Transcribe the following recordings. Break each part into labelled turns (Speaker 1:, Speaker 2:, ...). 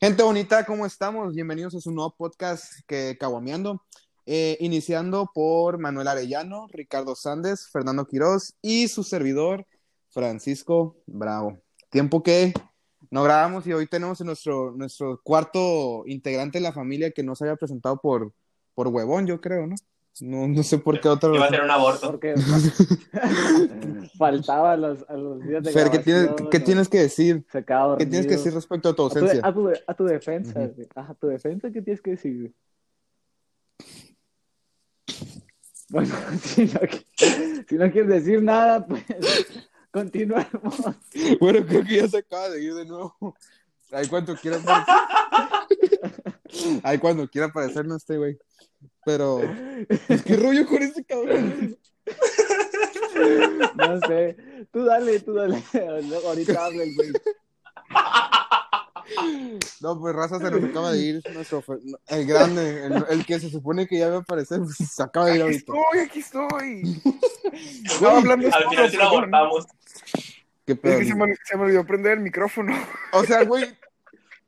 Speaker 1: Gente bonita, ¿cómo estamos? Bienvenidos a su nuevo podcast que Caguameando. Eh, iniciando por Manuel Arellano, Ricardo Sández, Fernando Quiroz y su servidor, Francisco Bravo. Tiempo que no grabamos y hoy tenemos en nuestro, nuestro cuarto integrante de la familia que no se había presentado por, por huevón, yo creo, ¿no? No, no sé por qué otra
Speaker 2: Iba a ser un aborto.
Speaker 3: Porque faltaba a los, a los días de
Speaker 1: Fer, ¿qué tienes,
Speaker 3: grabación,
Speaker 1: qué
Speaker 3: ¿no?
Speaker 1: tienes que decir?
Speaker 3: Se acaba
Speaker 1: ¿Qué tienes que decir
Speaker 3: dormido. Ah, pues,
Speaker 1: respecto a tu
Speaker 3: A tu, de-
Speaker 1: ausencia?
Speaker 3: a tu de- a tu defensa,
Speaker 1: Ujú.
Speaker 3: güey. Ajá, ¿A tu defensa qué tienes que decir? güey? Bueno, si no, qui- si no quieres decir nada, pues continuamos.
Speaker 1: Bueno, creo que ya se acaba de ir de nuevo. Ahí cuando quiera aparecer. Ahí cuando quiera aparecer, no este güey. Pero. Es que rollo con ese cabrón.
Speaker 3: No sé. Tú dale, tú dale. Luego Ahorita habla el güey.
Speaker 1: No, pues raza se nos acaba de ir. Nuestro, fe- el grande, el, el que se supone que ya va a aparecer, pues, se acaba de ir ahorita.
Speaker 4: Estoy, aquí estoy.
Speaker 1: Güey,
Speaker 4: Estaba hablando
Speaker 2: Al
Speaker 4: solo,
Speaker 2: final sí lo
Speaker 4: perdón.
Speaker 2: abortamos.
Speaker 1: qué
Speaker 4: Es
Speaker 1: pedo.
Speaker 4: que se me, se me olvidó prender el micrófono.
Speaker 1: O sea, güey,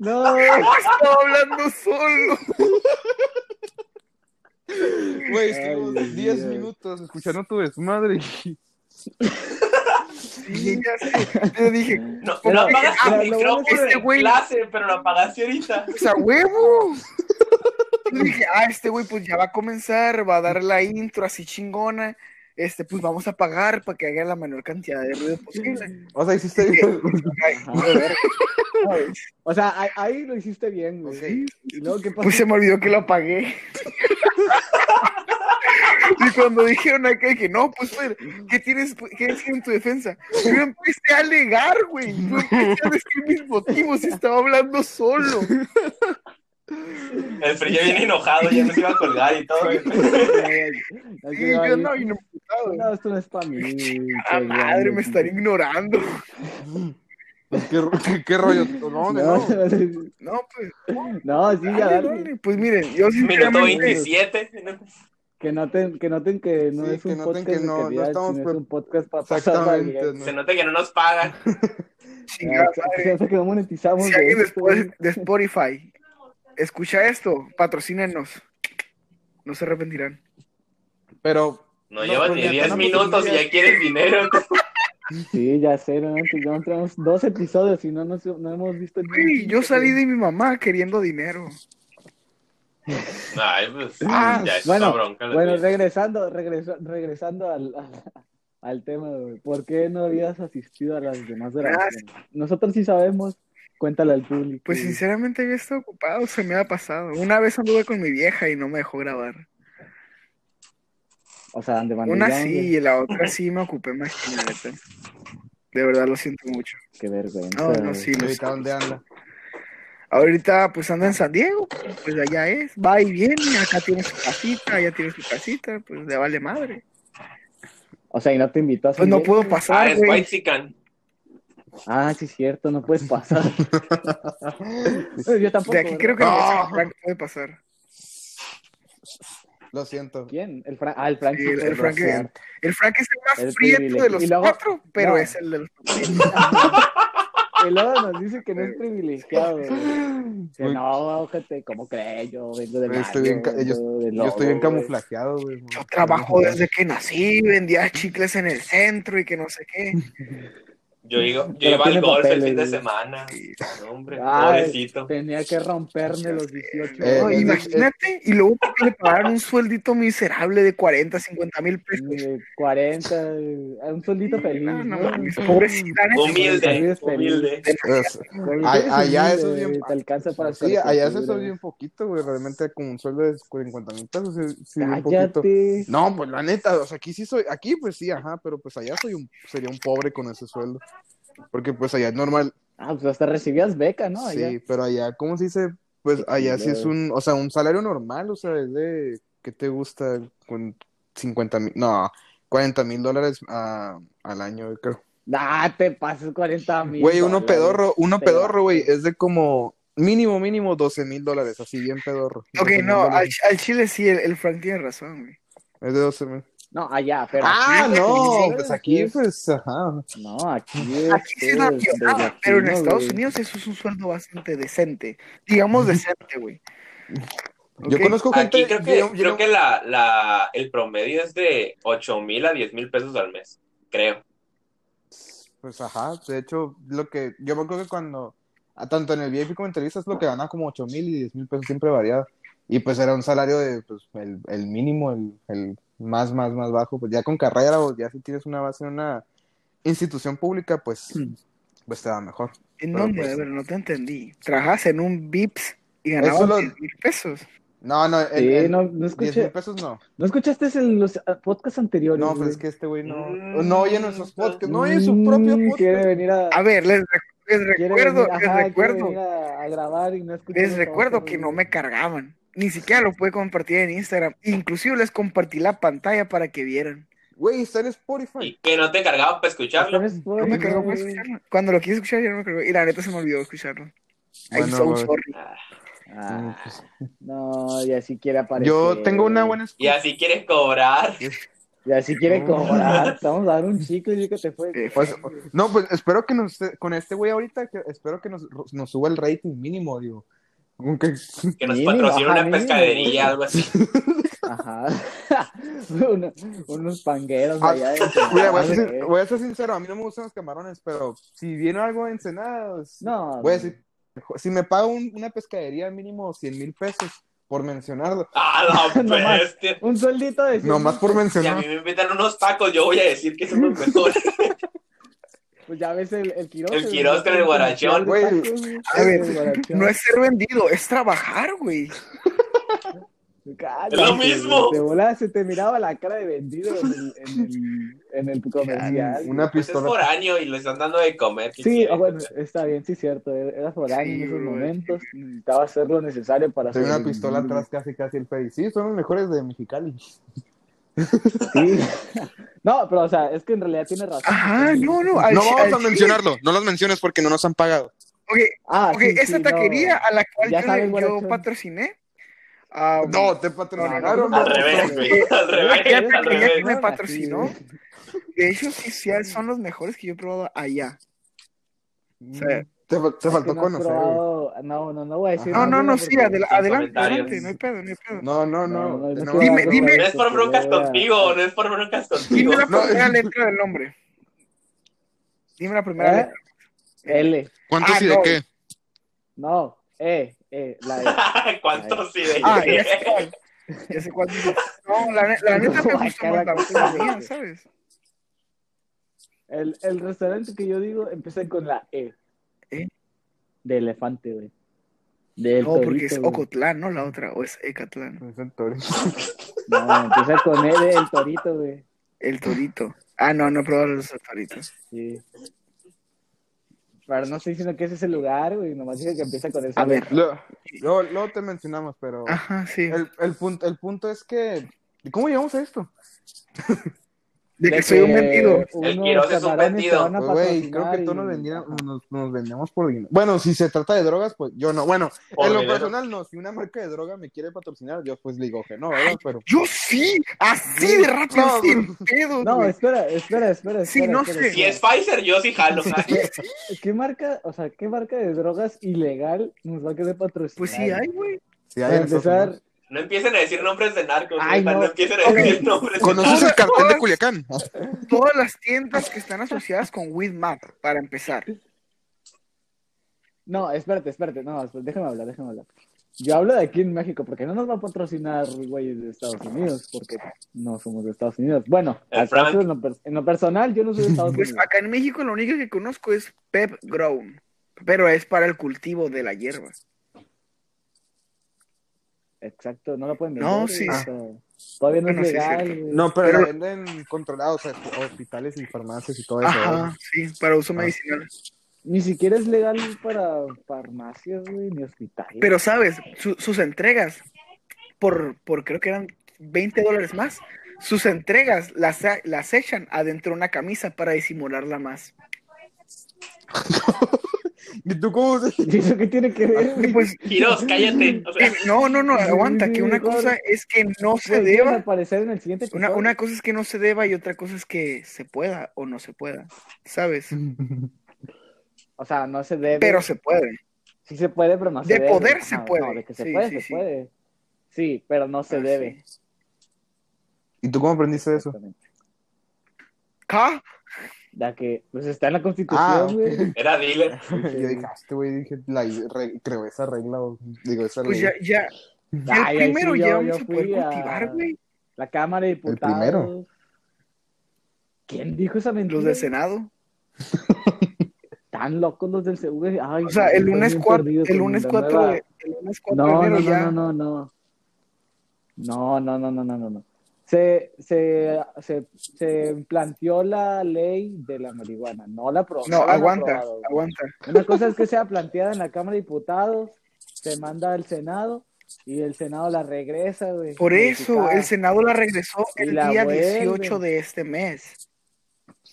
Speaker 3: No,
Speaker 4: Estaba hablando solo.
Speaker 1: güey, estuvimos
Speaker 3: Ay,
Speaker 1: 10
Speaker 3: Dios mío.
Speaker 1: minutos escuchando tu desmadre.
Speaker 4: Sí, ya sé. Te dije,
Speaker 2: No,
Speaker 3: Pero-
Speaker 2: no apagaste
Speaker 3: pero
Speaker 2: el
Speaker 3: lo bueno es este
Speaker 2: micrófono
Speaker 4: que-
Speaker 2: en clase, pero lo apagaste ahorita.
Speaker 4: pues a huevo. Yo dije, ah, este güey, pues ya va a comenzar, va a dar la intro así chingona. Este, pues vamos a pagar para que haga la menor cantidad de ruido posible.
Speaker 1: O sea, hiciste bien.
Speaker 4: Ay,
Speaker 3: Ajá, de verga. No, o sea, ahí, ahí lo hiciste bien, güey.
Speaker 4: Ok.
Speaker 3: Y luego, ¿qué pasó?
Speaker 4: Pues se me olvidó que lo apagué. y cuando dijeron acá, dije, no, pues, Fer, ¿qué tienes qué decir en tu defensa? Yo empecé a alegar, güey. Yo empecé a decir mis motivos y estaba hablando solo.
Speaker 2: El frío viene enojado, ya no se iba a colgar y todo.
Speaker 3: Así
Speaker 4: Sí,
Speaker 3: va
Speaker 4: yo
Speaker 3: ahí.
Speaker 4: andaba bien emputado.
Speaker 3: No, esto no es para mí. pues,
Speaker 4: Ah, madre, me están ignorando.
Speaker 1: Pues, ¿Qué, ro- qué, qué rollo? No,
Speaker 3: No,
Speaker 1: de nuevo.
Speaker 3: no,
Speaker 4: No, pues,
Speaker 3: sí,
Speaker 4: dale,
Speaker 3: ya dale.
Speaker 4: dale. Pues miren, yo
Speaker 2: Minuto
Speaker 4: sinceramente,
Speaker 2: 27.
Speaker 3: Que noten que, noten que no
Speaker 1: Sí,
Speaker 3: es un
Speaker 1: que noten
Speaker 3: podcast
Speaker 1: que
Speaker 3: de
Speaker 1: no- no
Speaker 3: calidad,
Speaker 1: estamos
Speaker 3: sino
Speaker 1: pre-
Speaker 3: es un podcast para pasar la vida.
Speaker 1: Exactamente. ¿no?
Speaker 2: Se nota que no nos pagan.
Speaker 4: chingada
Speaker 3: Ah,
Speaker 4: madre.
Speaker 3: o sea, que no monetizamos.
Speaker 4: Si
Speaker 3: de
Speaker 4: alguien
Speaker 3: esto,
Speaker 4: después
Speaker 3: güey.
Speaker 4: de Spotify escucha esto, patrocínenos. No se arrepentirán.
Speaker 1: Pero
Speaker 2: No,
Speaker 1: No,
Speaker 2: llevas
Speaker 1: pues
Speaker 2: ni
Speaker 1: ya
Speaker 2: 10
Speaker 1: tenemos
Speaker 2: minutos y
Speaker 1: un día.
Speaker 2: ya quieres dinero.
Speaker 3: Sí, ya sé, no, antes ya tenemos dos episodios y no, nos, no hemos visto ni un
Speaker 4: Güey, yo
Speaker 3: chingo,
Speaker 4: salí
Speaker 3: güey.
Speaker 4: de mi mamá queriendo dinero.
Speaker 2: Ay, pues.
Speaker 1: Ah,
Speaker 2: ya es
Speaker 3: bueno,
Speaker 2: una bronca. la
Speaker 3: Bueno,
Speaker 2: tuya.
Speaker 3: regresando, regresa- regresando al, al, al tema, güey. ¿Por qué no habías asistido a las demás grabaciones? Nosotros sí sabemos, cuéntale al público.
Speaker 4: Pues
Speaker 3: güey.
Speaker 4: sinceramente había estado ocupado, se me ha pasado. Una vez anduve con mi vieja y no me dejó grabar.
Speaker 3: O sea, de bandillón,
Speaker 4: Una
Speaker 3: güey.
Speaker 4: sí y la otra sí me ocupé más que la neta. De verdad lo siento mucho.
Speaker 3: Qué vergüenza.
Speaker 4: No, no,
Speaker 3: güey.
Speaker 4: sí, lo
Speaker 1: ahorita
Speaker 4: siento.
Speaker 1: dónde anda.
Speaker 4: Ahorita pues anda en San Diego, pues allá es, va y viene, acá tiene su casita, allá tiene su casita, pues le vale madre.
Speaker 3: O sea, y no te invitó a
Speaker 4: Pues no
Speaker 3: salir.
Speaker 4: puedo
Speaker 2: Ah,
Speaker 4: pasar,
Speaker 2: es
Speaker 4: güey.
Speaker 2: White Chican.
Speaker 3: Ah, sí, es cierto, no puedes pasar. Pues Yo tampoco.
Speaker 4: De aquí creo que
Speaker 1: ¿verdad?
Speaker 4: no
Speaker 1: Ah.
Speaker 4: Frank puede pasar.
Speaker 1: Lo siento.
Speaker 3: ¿Quién? El Fran- Ah, el Frank.
Speaker 4: Sí, el- el
Speaker 3: lo
Speaker 4: Frank-
Speaker 3: cierto.
Speaker 4: El Frank es el más
Speaker 3: El
Speaker 4: prieto de
Speaker 3: privilegio.
Speaker 4: los
Speaker 3: Y luego-
Speaker 4: cuatro, pero
Speaker 3: no.
Speaker 4: es el de los
Speaker 3: El Lobo nos dice que no es privilegiado. güey. Dice,
Speaker 1: Güey,
Speaker 3: no, ojete, ¿cómo crees? Yo vengo de
Speaker 1: Yo estoy bien ca- yo- Yo estoy bien camuflajeado, güey.
Speaker 4: Yo trabajo desde que nací, vendía chicles en el centro y que no sé qué.
Speaker 2: Yo, digo, yo
Speaker 3: Pero
Speaker 2: iba al
Speaker 3: tiene
Speaker 2: golf el
Speaker 3: papeles,
Speaker 2: fin de
Speaker 3: güey.
Speaker 2: semana. No, hombre,
Speaker 3: Ay.
Speaker 2: pobrecito.
Speaker 3: Tenía que romperme los 18
Speaker 1: Eh,
Speaker 4: No,
Speaker 1: eh,
Speaker 4: imagínate, y luego porque le pagaron un sueldito miserable de 40, 50 mil pesos.
Speaker 3: de 40, eh, un soldito feliz.
Speaker 4: No, no
Speaker 3: ¿no?
Speaker 4: mames, pobrecita. neta.
Speaker 2: Humilde,
Speaker 3: Feliz, feliz.
Speaker 2: humilde.
Speaker 1: Es-
Speaker 3: Porque
Speaker 1: Ay,
Speaker 3: eres
Speaker 1: allá
Speaker 3: humilde,
Speaker 1: eso es bien-
Speaker 3: Te alcanza para
Speaker 1: Sí, allá se
Speaker 3: caricaturas.
Speaker 1: sube bien poquito, güey. Realmente con un sueldo de 50 mil pesos, sí, sí, bien poquito.
Speaker 3: Cállate.
Speaker 1: No, pues la neta, o sea, aquí sí soy, aquí pues sí, ajá, pero pues allá soy un, sería un pobre con ese sueldo. Porque pues allá es normal,
Speaker 3: Ah, pues hasta recibías beca, ¿no? Allá.
Speaker 1: sí, pero allá, ¿cómo se dice? Pues allá sí es un, o sea, un salario normal, o sea, es de, ¿qué te gusta? Con 50 mil, no, 40 mil dólares a- al año, yo creo.
Speaker 3: Ah, te pasas 40 mil.
Speaker 1: Güey, uno
Speaker 3: dólares.
Speaker 1: pedorro, uno
Speaker 3: Te
Speaker 1: pedorro,
Speaker 3: va.
Speaker 1: güey, es de como mínimo, mínimo 12 mil dólares, así bien pedorro.
Speaker 4: Ok,
Speaker 1: 12,000
Speaker 4: no, al,
Speaker 1: dólares.
Speaker 4: al chile sí, el, el Frank tiene razón, güey.
Speaker 1: Es de 12 mil.
Speaker 3: No, allá, pero.
Speaker 1: Ah,
Speaker 3: aquí,
Speaker 1: no,
Speaker 3: güey,
Speaker 1: pues aquí, pues, ajá.
Speaker 3: No, aquí es.
Speaker 4: Aquí sí es una
Speaker 3: es
Speaker 4: millonada,
Speaker 3: desde
Speaker 4: pero en
Speaker 3: aquí, ¿no,
Speaker 4: Estados
Speaker 3: güey?
Speaker 4: Unidos eso es un sueldo bastante decente. Digamos decente, güey.
Speaker 1: Yo
Speaker 4: Ok.
Speaker 1: conozco gente.
Speaker 2: Aquí creo que,
Speaker 1: yo- yo-
Speaker 2: creo que la, la, el promedio es de 8 mil a 10 mil pesos al mes, creo.
Speaker 1: Pues ajá, de hecho, lo que yo me acuerdo que cuando, a- tanto en el VIP como en entrevistas, lo que gana como 8 mil y 10 mil pesos siempre variaba. Y pues era un salario de, pues, el, el mínimo, el, el más, más, más bajo. Pues ya con carrera o ya si tienes una base en una institución pública, pues,
Speaker 3: Hmm.
Speaker 1: pues te va mejor.
Speaker 4: ¿En
Speaker 1: Pero,
Speaker 4: dónde?
Speaker 1: pues-
Speaker 4: A ver, no te entendí. Trabajas en un VIPS y
Speaker 1: Eso
Speaker 4: ganabas
Speaker 1: lo-
Speaker 4: 10 mil pesos.
Speaker 1: No, no, en,
Speaker 3: Sí,
Speaker 1: en
Speaker 3: no, no
Speaker 1: 10 mil
Speaker 3: escuché.
Speaker 1: pesos no.
Speaker 3: ¿No escuchaste ese- los ah, podcasts anteriores?
Speaker 1: No, pero es
Speaker 3: güey?
Speaker 1: que este güey no,
Speaker 2: Mm.
Speaker 1: no oye nuestros podcasts, no oye su propio
Speaker 3: Mm, Quiere
Speaker 1: podcast. Ah,
Speaker 3: venir a.
Speaker 4: A ver, les, re- les
Speaker 3: quiere
Speaker 4: recuerdo,
Speaker 3: venir-
Speaker 4: les
Speaker 3: ajá, quiere
Speaker 4: recuerdo,
Speaker 3: venir a, a grabar y no escuché
Speaker 4: les
Speaker 3: los
Speaker 4: recuerdo
Speaker 3: otros,
Speaker 4: que no
Speaker 3: güey.
Speaker 4: me cargaban. Ni siquiera lo pude compartir en Instagram. Inclusive les compartí la pantalla para que vieran.
Speaker 1: Güey, está en Spotify.
Speaker 2: Y que no te cargaban para escucharlo.
Speaker 3: Pero es
Speaker 4: No me
Speaker 3: bueno,
Speaker 4: cargó para
Speaker 3: güey.
Speaker 4: escucharlo. Cuando lo quise escuchar, ya no me cargó. Y la neta se me olvidó escucharlo. I'm
Speaker 1: Bueno,
Speaker 4: so
Speaker 1: güey.
Speaker 4: sorry.
Speaker 3: Ah,
Speaker 1: Sí, pues,
Speaker 3: no, y así quiere aparecer.
Speaker 1: Yo tengo una
Speaker 3: güey.
Speaker 1: buena
Speaker 2: Y así quieres cobrar.
Speaker 3: Y así quiere
Speaker 1: No.
Speaker 3: cobrar. Te vamos a dar un chico y yo que te fue.
Speaker 4: Eh,
Speaker 1: Pues, no, pues espero que nos, con este güey ahorita, que espero que nos, nos suba el rating mínimo, digo. Como que-
Speaker 2: Que nos
Speaker 3: Mínimo,
Speaker 2: patrocine
Speaker 3: ajá,
Speaker 2: una
Speaker 3: mínimo.
Speaker 2: pescadería, algo así.
Speaker 3: Ajá. Uno- unos pangueros
Speaker 1: Ah,
Speaker 3: allá. de-
Speaker 1: Mira, voy a, ser,
Speaker 3: Madre.
Speaker 1: voy a ser sincero, a mí no me gustan los camarones, pero si viene algo en Ensenada, pues,
Speaker 3: No,
Speaker 1: voy a decir, si me paga un- una pescadería mínimo 100 mil pesos, por mencionarlo,
Speaker 2: ¡A Ah, la
Speaker 3: No más.
Speaker 2: bestia!
Speaker 3: un sueldito de cien
Speaker 1: nomás por
Speaker 2: Si a
Speaker 1: mencionar.
Speaker 2: mí me invitan unos tacos, yo voy a decir que son los mejores.
Speaker 3: Pues ya ves el, el Quiroz.
Speaker 2: El Quiroz con el guarachón.
Speaker 1: Güey,
Speaker 4: a ver, no es ser vendido, es trabajar, güey.
Speaker 2: Es lo mismo.
Speaker 3: Te se te miraba la cara de vendido en el, en el, en el comercial.
Speaker 1: Una
Speaker 2: Pues es
Speaker 1: pistola.
Speaker 2: foráneo y le están dando de comer. ¿qué
Speaker 3: Sí,
Speaker 2: quieren?
Speaker 3: ah, bueno, está bien, sí, cierto. Era foráneo en
Speaker 4: Sí,
Speaker 3: esos
Speaker 4: güey.
Speaker 3: momentos. Necesitaba hacer lo necesario para
Speaker 1: Tengo una
Speaker 3: sobrevivir.
Speaker 1: pistola atrás casi casi el Freddy. Sí, son los mejores de Mexicali.
Speaker 3: Sí. No, pero o sea, es que en realidad tiene razón.
Speaker 4: Ajá, no, no. al-
Speaker 1: No
Speaker 4: al
Speaker 1: vamos a
Speaker 4: chile.
Speaker 1: mencionarlo, no los menciones porque no nos han pagado.
Speaker 4: Ok,
Speaker 3: Ah,
Speaker 4: ok,
Speaker 3: sí,
Speaker 4: esa
Speaker 3: sí, no.
Speaker 4: taquería a la cual
Speaker 3: Ya
Speaker 4: yo,
Speaker 3: saben,
Speaker 4: yo
Speaker 3: guarachón.
Speaker 4: patrociné. ah,
Speaker 1: No, te
Speaker 4: no,
Speaker 1: patrocinaron.
Speaker 4: no,
Speaker 2: Al
Speaker 4: no.
Speaker 2: revés, güey. Al
Speaker 4: Ya
Speaker 2: revés,
Speaker 4: te
Speaker 2: al
Speaker 4: quería
Speaker 2: revés.
Speaker 4: que me
Speaker 3: Aquí,
Speaker 4: patrocinó.
Speaker 3: güey.
Speaker 4: De hecho, sí, sí, son los mejores que yo he probado allá. Sí.
Speaker 3: Mm.
Speaker 1: Te, fa- te
Speaker 3: Es que
Speaker 1: faltó
Speaker 3: no has
Speaker 1: conocer. güey.
Speaker 3: probado- No, no, no voy a decir.
Speaker 4: No, no,
Speaker 3: nada,
Speaker 4: no,
Speaker 3: porque-
Speaker 4: sí, adela-
Speaker 2: son
Speaker 4: adelante,
Speaker 2: comentarios.
Speaker 4: adelante, no hay pedo, no hay pedo.
Speaker 1: No, no, no.
Speaker 3: No, no, no
Speaker 1: Tenemos-
Speaker 4: Dime,
Speaker 3: quiero
Speaker 4: dime.
Speaker 2: No es por broncas
Speaker 3: Porque-
Speaker 2: contigo, no es por broncas contigo.
Speaker 4: Dime la
Speaker 1: No,
Speaker 4: primera
Speaker 1: es-
Speaker 4: letra del nombre. Dime la primera
Speaker 3: ¿Eh?
Speaker 4: letra.
Speaker 3: L.
Speaker 5: ¿Cuántos
Speaker 4: Ah,
Speaker 5: y de
Speaker 4: no.
Speaker 5: qué?
Speaker 3: No, E, E, la E.
Speaker 2: ¿Cuántos sí de
Speaker 4: Ah, ya sé cuál. Ya sé cuál. No, la, ne- la neta me gustó más la última mía, ¿sabes?
Speaker 3: El, el restaurante que yo digo empieza con la E.
Speaker 4: ¿Eh?
Speaker 3: De elefante, güey. Del
Speaker 4: No, porque
Speaker 3: torito,
Speaker 4: es
Speaker 3: güey.
Speaker 4: Ocotlán, ¿no? La otra, o es Ecatlán.
Speaker 1: Es el Torres.
Speaker 3: No, empieza con E de el torito, güey.
Speaker 4: El Torito. Ah, no, no he probado los Toritos.
Speaker 3: Sí. Pero no estoy diciendo que ese es el lugar, güey. Nomás dije que empieza con esa
Speaker 4: A ver.
Speaker 3: letra.
Speaker 1: Lo- Luego, luego te mencionamos, pero
Speaker 4: Ajá, Ah, sí.
Speaker 1: el, el, punto, el punto es que. ¿Cómo llegamos a esto?
Speaker 4: De que soy un vendido.
Speaker 3: unos
Speaker 2: El Quiroz es un
Speaker 3: camarones
Speaker 2: vendido.
Speaker 3: te van a
Speaker 1: Pues, Güey, creo
Speaker 3: patrocinar
Speaker 1: que todos
Speaker 3: y-
Speaker 1: nos, vendían- nos, nos vendíamos por dinero. Bueno, si se trata de drogas, pues yo no. Bueno,
Speaker 2: Por
Speaker 1: en lo
Speaker 2: dinero.
Speaker 1: personal, no. Si una marca de droga me quiere patrocinar, yo pues le digo que no, ¿verdad? Pero.
Speaker 4: Yo sí, así de rápido,
Speaker 1: No,
Speaker 4: sin pedos,
Speaker 3: No,
Speaker 4: güey.
Speaker 3: espera, espera, espera.
Speaker 4: Sí,
Speaker 3: espera,
Speaker 4: no
Speaker 3: espera,
Speaker 4: sé.
Speaker 3: espera.
Speaker 2: Si es Pfizer, yo sí jalo.
Speaker 3: ¿Qué marca, o sea, qué marca de drogas ilegal nos va a querer patrocinar?
Speaker 4: Pues sí hay, güey.
Speaker 1: Si
Speaker 3: Para
Speaker 1: hay pues en Estados
Speaker 3: empezar,
Speaker 1: Unidos.
Speaker 2: No empiecen a decir nombres de narcos.
Speaker 3: Ay,
Speaker 2: neta,
Speaker 3: no.
Speaker 2: no. empiecen a decir
Speaker 4: Ok.
Speaker 2: nombres.
Speaker 1: ¿Conoces el cartel de Culiacán?
Speaker 4: Todas las tiendas que están asociadas con Widmap, para empezar.
Speaker 3: no, espérate, espérate, no, espérate, déjame hablar, déjame hablar. Yo hablo de aquí en México, porque no nos va a patrocinar güeyes de Estados Unidos, porque no somos de Estados Unidos. Bueno,
Speaker 2: El
Speaker 3: al caso
Speaker 2: Frank.
Speaker 3: en, lo per- en lo personal, yo no soy de Estados
Speaker 4: Pues
Speaker 3: Unidos.
Speaker 4: acá en México lo único que conozco es Pep Grown, pero es para el cultivo de la hierba.
Speaker 3: Exacto, no lo pueden ver.
Speaker 4: No, sí.
Speaker 3: todavía no
Speaker 4: Bueno,
Speaker 3: es
Speaker 4: sí, es
Speaker 3: legal.
Speaker 4: cierto.
Speaker 3: güey.
Speaker 1: No, pero,
Speaker 4: Pero-
Speaker 1: la venden controlada, o sea, hospitales y farmacias y
Speaker 3: Pues,
Speaker 1: todo eso. ¿verdad?
Speaker 3: oh.
Speaker 4: Ajá, sí, para uso
Speaker 1: Ah.
Speaker 4: medicinal.
Speaker 3: Ni siquiera es legal para farmacias, güey, ni hospitales.
Speaker 4: Pero sabes, Su- sus entregas, por, por creo que eran 20 dólares más, sus entregas las, las echan adentro de una camisa para disimularla más.
Speaker 1: ¿Y tú cómo se-
Speaker 3: ¿Y eso qué tiene que ver?
Speaker 4: Y
Speaker 3: güey?
Speaker 4: pues,
Speaker 2: Quiroz, cállate. O sea,
Speaker 4: que- no, no, no, aguanta, que una cosa es que no se
Speaker 3: Güey, llegan a
Speaker 4: deba,
Speaker 3: aparecer en el siguiente
Speaker 4: una,
Speaker 3: episodio.
Speaker 4: una cosa es que no se deba y otra cosa es que se pueda o no se pueda, ¿sabes?
Speaker 3: O sea, no se debe.
Speaker 4: Pero se puede.
Speaker 3: Sí se puede, pero no se
Speaker 4: De
Speaker 3: debe.
Speaker 4: poder se
Speaker 3: no,
Speaker 4: puede.
Speaker 3: de que se
Speaker 4: Sí,
Speaker 3: puede,
Speaker 4: sí,
Speaker 3: se
Speaker 4: sí.
Speaker 3: puede. Sí, pero no se
Speaker 4: Ah,
Speaker 3: debe.
Speaker 4: sí.
Speaker 1: ¿Y tú cómo aprendiste eso?
Speaker 3: Exactamente.
Speaker 4: ¿Ca?
Speaker 3: La que, pues está en la constitución,
Speaker 1: Ah,
Speaker 3: güey.
Speaker 2: era dealer.
Speaker 1: Yo dije, ah, este güey, dije, la, re- creo esa regla, o- digo, esa
Speaker 4: Pues ya,
Speaker 1: regla.
Speaker 4: ya. ya
Speaker 3: Ay,
Speaker 4: el
Speaker 3: ahí sí
Speaker 4: primero
Speaker 3: yo-
Speaker 4: ya
Speaker 3: yo
Speaker 4: vamos a
Speaker 3: fui
Speaker 4: poder
Speaker 3: a-
Speaker 4: cultivar, güey.
Speaker 3: La Cámara de Diputados.
Speaker 1: primero.
Speaker 3: ¿Quién dijo esa mentira?
Speaker 4: Los del Senado.
Speaker 3: Tan locos los del se- güey. Ay,
Speaker 4: O sea,
Speaker 3: estoy
Speaker 4: el lunes
Speaker 3: bien
Speaker 4: 4,
Speaker 3: perdido
Speaker 4: el
Speaker 3: con
Speaker 4: lunes
Speaker 3: la
Speaker 4: 4
Speaker 3: nueva-
Speaker 4: de, el lunes 4 de
Speaker 3: No,
Speaker 4: enero
Speaker 3: no,
Speaker 4: ya.
Speaker 3: no, no, no, no. No, no, no, no, no, no, no. Se, se, se, se planteó la ley de la marihuana, no la aprobó.
Speaker 4: No,
Speaker 3: la han
Speaker 4: aguanta,
Speaker 3: aprobado, güey.
Speaker 4: aguanta.
Speaker 3: Una cosa es que sea planteada en la Cámara de Diputados, se manda al Senado y el Senado la regresa, güey.
Speaker 4: Por eso
Speaker 3: modificada.
Speaker 4: el Senado la regresó
Speaker 3: Y
Speaker 4: el
Speaker 3: la
Speaker 4: día
Speaker 3: vuelven.
Speaker 4: 18 de este mes.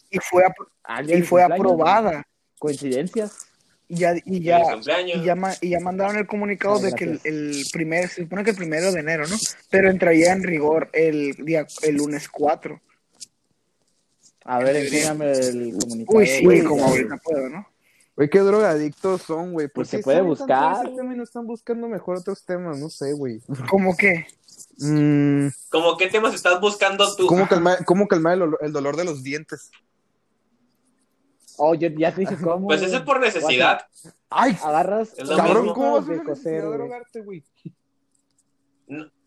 Speaker 4: Y fue, apro-
Speaker 3: Alguien
Speaker 4: y fue
Speaker 3: cumpleaños,
Speaker 4: aprobada.
Speaker 3: Coincidencias.
Speaker 4: Y ya, y
Speaker 2: Ya.
Speaker 4: ya,
Speaker 2: cumpleaños.
Speaker 4: y ya, ma- y ya mandaron el comunicado
Speaker 3: Ah,
Speaker 4: de que el,
Speaker 3: gracias.
Speaker 4: el primer, se supone que el primero de enero, ¿no? Pero entraría en rigor el día, el lunes 4.
Speaker 3: A ver, enséñame el comunicado.
Speaker 4: Uy, sí,
Speaker 3: güey.
Speaker 4: como ahorita puedo, ¿no?
Speaker 1: Güey, qué drogadictos son, güey. ¿Por
Speaker 3: Pues se
Speaker 1: qué
Speaker 3: puede
Speaker 1: saben tanto de
Speaker 3: buscar.
Speaker 1: ese tema y no están buscando mejor otros temas, no sé, güey.
Speaker 4: ¿Cómo que?
Speaker 1: Mm,
Speaker 2: ¿Cómo qué temas estás buscando tú?
Speaker 1: ¿Cómo calmar, cómo calmar el, olor- el dolor de los dientes?
Speaker 3: Oh, yo ya te dije cómo.
Speaker 2: Pues eso
Speaker 3: güey.
Speaker 2: es por necesidad.
Speaker 1: ¡Ay!
Speaker 3: Agarras.
Speaker 2: Es lo
Speaker 1: Cabrón,
Speaker 2: mismo.
Speaker 1: ¿cómo vas a
Speaker 3: de coser,
Speaker 1: necesidad de
Speaker 3: güey.
Speaker 1: drogarte, güey?